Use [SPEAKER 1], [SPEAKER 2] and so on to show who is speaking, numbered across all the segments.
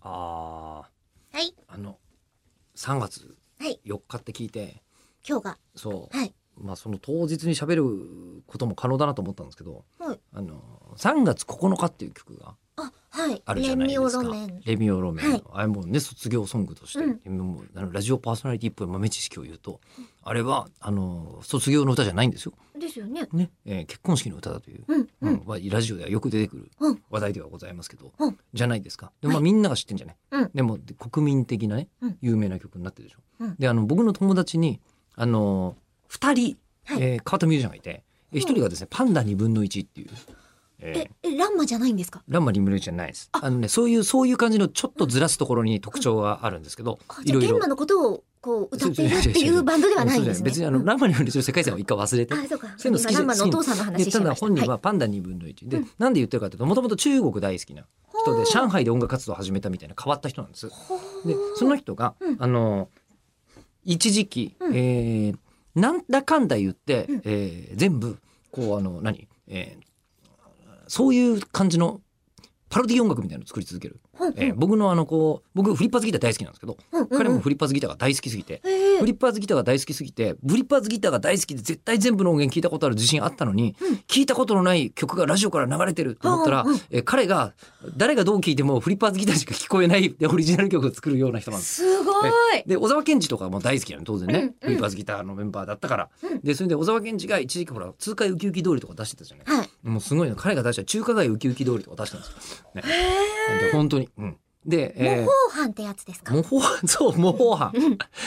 [SPEAKER 1] ああ
[SPEAKER 2] はい
[SPEAKER 1] あの3月
[SPEAKER 2] はい
[SPEAKER 1] 4日って聞いて
[SPEAKER 2] 今日が
[SPEAKER 1] そう、
[SPEAKER 2] はい
[SPEAKER 1] まあその当日に喋ることも可能だなと思ったんですけど、
[SPEAKER 2] はい
[SPEAKER 1] あの3月9日っていう曲が
[SPEAKER 2] あはい
[SPEAKER 1] あるじゃないですか
[SPEAKER 2] レミオロメン
[SPEAKER 1] レミオロメンの
[SPEAKER 2] はい
[SPEAKER 1] あれもね卒業ソングとして、
[SPEAKER 2] うん
[SPEAKER 1] 今もうあのラジオパーソナリティっぽい豆知識を言うとあれはあの卒業の歌じゃないんですよ、
[SPEAKER 2] ですよね
[SPEAKER 1] ねえー結婚式の歌だという、
[SPEAKER 2] うん
[SPEAKER 1] う
[SPEAKER 2] うんん
[SPEAKER 1] まあラジオではよく出てくる
[SPEAKER 2] うん
[SPEAKER 1] 話題ではございますけど、
[SPEAKER 2] うん
[SPEAKER 1] じゃないですかで、まあ、みんなが知ってんじゃない、
[SPEAKER 2] うん
[SPEAKER 1] でもで国民的なね
[SPEAKER 2] うん
[SPEAKER 1] 有名な曲になってるでしょ、
[SPEAKER 2] うん
[SPEAKER 1] であの僕の友達にあの2人、
[SPEAKER 2] はい
[SPEAKER 1] えー、川田ミュージシャンがいて1人がですね、パンダ2分の1っていう、えー
[SPEAKER 2] ええランマじゃないんですか
[SPEAKER 1] ランマリムルじゃないです。あのね、そういう、そういう感じのちょっとずらすところに特徴があるんですけど
[SPEAKER 2] あ、
[SPEAKER 1] い
[SPEAKER 2] じゃあ
[SPEAKER 1] ろい
[SPEAKER 2] 現
[SPEAKER 1] ろ。
[SPEAKER 2] 場のことをこう歌っている
[SPEAKER 1] そう
[SPEAKER 2] っ
[SPEAKER 1] そう
[SPEAKER 2] て
[SPEAKER 1] そう
[SPEAKER 2] い
[SPEAKER 1] そうう
[SPEAKER 2] バンドではないんです
[SPEAKER 1] そう
[SPEAKER 2] ね
[SPEAKER 1] 別にあの、
[SPEAKER 2] うん
[SPEAKER 1] ランマリムルの世界線は一回忘れて。
[SPEAKER 2] あそうか
[SPEAKER 1] そういうの好き
[SPEAKER 2] 今
[SPEAKER 1] で
[SPEAKER 2] ランマのお父さんの
[SPEAKER 1] で、
[SPEAKER 2] 話して
[SPEAKER 1] た
[SPEAKER 2] ま
[SPEAKER 1] だ
[SPEAKER 2] した
[SPEAKER 1] 本人
[SPEAKER 2] は
[SPEAKER 1] はパンダ2分の1。で
[SPEAKER 2] う、
[SPEAKER 1] なんで言ってるかというと、もともと中国大好きない人で、上海で音楽活動を始めたみたいな変わった人なんです。
[SPEAKER 2] ほー
[SPEAKER 1] で、その人が
[SPEAKER 2] うん、
[SPEAKER 1] あの、一時期、え
[SPEAKER 2] うん
[SPEAKER 1] ーなんだかんだ言って
[SPEAKER 2] うん、
[SPEAKER 1] えー全部、こう、あの、何えーそういう感じのパロディ音楽みたいなのを作り続ける。
[SPEAKER 2] うん
[SPEAKER 1] えー僕のあのこう僕フリッパーズギター大好きなんですけど、
[SPEAKER 2] うんうん
[SPEAKER 1] 彼もフリッパーズギターが大好きすぎて、
[SPEAKER 2] えー
[SPEAKER 1] フリッパーズギターが大好きすぎてフリッパーズギターが大好きで絶対全部の音源聞いたことある自信あったのに、
[SPEAKER 2] うん
[SPEAKER 1] 聞いたことのない曲がラジオから流れてると思ったら、
[SPEAKER 2] うんうん
[SPEAKER 1] えー彼が誰がどう聞いてもフリッパーズギターしか聞こえないでオリジナル曲を作るような人なんです。
[SPEAKER 2] すごい
[SPEAKER 1] で小沢健二とかも大好きなの当然ね、
[SPEAKER 2] うんうん
[SPEAKER 1] フリッパーズギターのメンバーだったから、
[SPEAKER 2] うん
[SPEAKER 1] でそれで小沢健二が一時期ほら通貨ウキウキ通りとか出してたじゃない、
[SPEAKER 2] はい
[SPEAKER 1] もうすごいの彼が出した中華街ウキウキ通りとか出したんですよ、ね、で本当に、うん、で、えー
[SPEAKER 2] 模倣犯ってやつですか模
[SPEAKER 1] 模倣犯、そう、模倣犯。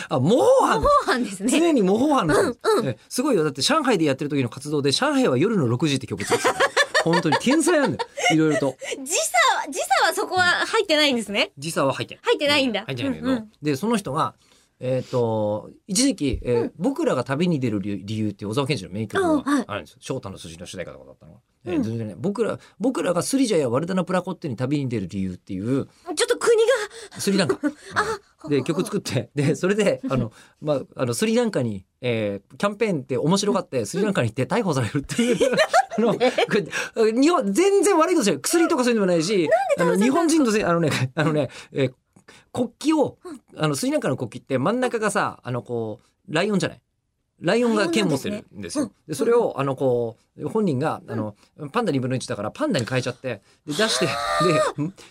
[SPEAKER 1] あ、模倣犯。
[SPEAKER 2] 倣犯ですね
[SPEAKER 1] 常に模倣犯なんです、えすごいよ。だって上海でやってる時の活動で、上海は夜の6時って曲作ってた。 本当に天才なんだよ。いろいろと。
[SPEAKER 2] 時差は時差はそこは入ってないんですね
[SPEAKER 1] 時差は入ってない。
[SPEAKER 2] 入ってないんだ
[SPEAKER 1] う入ってないんだけど。
[SPEAKER 2] うんうん
[SPEAKER 1] で、その人が、えっ、と、一時期、えー僕らが旅に出る理理由っていう小沢健二の名曲
[SPEAKER 2] あは
[SPEAKER 1] が
[SPEAKER 2] い
[SPEAKER 1] あるんですよ。翔太の筋の主題歌とかだったのが。え
[SPEAKER 2] う
[SPEAKER 1] ー
[SPEAKER 2] ん
[SPEAKER 1] 全然ね、僕ら、僕らがスリジャやワルダナプラコッテに旅に出る理由っていう、
[SPEAKER 2] ちょっと国が
[SPEAKER 1] スリランカ。
[SPEAKER 2] あ
[SPEAKER 1] で曲作って でそれであの、まあ、あのスリランカに、えーキャンペーンって面白がってスリランカに行って逮捕されるっていう あのこれ日本全然悪いことじゃない薬とかそういうのもないしあの日本人のせいあのねあのね、えー国旗をあのスリランカの国旗って真ん中がさあのこうライオンじゃないライオンが剣持ってるんですよ。でそれをあのこう本人があのパンダ2分の1だからパンダに変えちゃってで出してで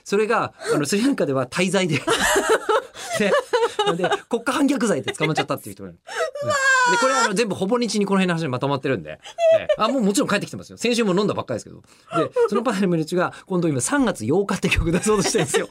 [SPEAKER 1] それがあのスリランカでは滞在 で。でで国家反逆罪で捕まっちゃったっていう人がいる。でこれはあの全部ほぼ日にこの辺の話にまとまってるんで、ええあもうもちろん帰ってきてますよ先週も飲んだばっかりですけどでそのパネルの日が今度今3月8日って曲出そうとしてるんですよ。